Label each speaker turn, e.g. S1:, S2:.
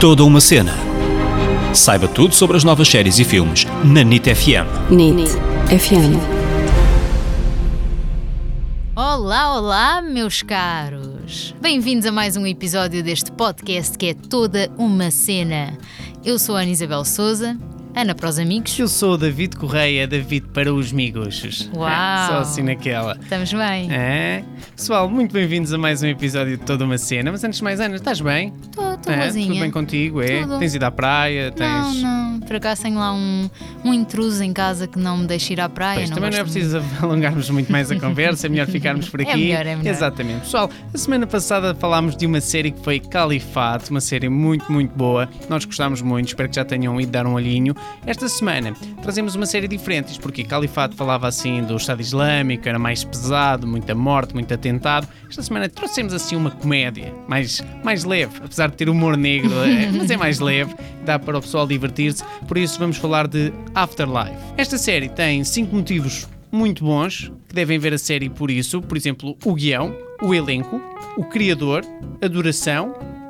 S1: Toda uma cena. Saiba tudo sobre as novas séries e filmes na NIT FM.
S2: NIT FM.
S3: Olá, olá, meus caros! Bem-vindos a mais um episódio deste podcast que é toda uma cena. Eu sou a Ana Isabel Souza, Ana para os amigos.
S4: Eu sou o David Correia, David para os miguxos.
S3: Uau.
S4: Só assim naquela.
S3: Estamos bem?
S4: É. Pessoal, muito bem-vindos a mais um episódio de Toda uma Cena. Mas antes de mais, Ana, estás bem?
S3: Estou
S4: É?
S3: boazinha.
S4: Tudo bem contigo? É?
S3: Tudo.
S4: Tens ido à praia?
S3: Não,
S4: Tens.
S3: não. Por acaso tenho lá um, um intruso em casa que não me deixa ir à praia.
S4: Pois,
S3: não
S4: também não é
S3: gosto
S4: preciso alongarmos muito mais a conversa, é melhor ficarmos por
S3: É
S4: aqui.
S3: melhor, é melhor.
S4: Exatamente. Pessoal, a semana passada falámos de uma série que foi Califato, uma série muito, muito boa. Nós gostámos muito, espero que já tenham ido dar um olhinho. Esta semana trazemos uma série diferente, isto porque Califato falava assim do Estado Islâmico, era mais pesado, muita morte, muito atentado. Esta semana trouxemos assim uma comédia, mais, mais leve, apesar de ter humor negro, é, mas é mais leve, dá para o pessoal divertir-se. Por isso vamos falar de Afterlife. Esta série tem cinco motivos muito bons que devem ver a série por isso. Por exemplo, o guião, o elenco, o criador, a duração,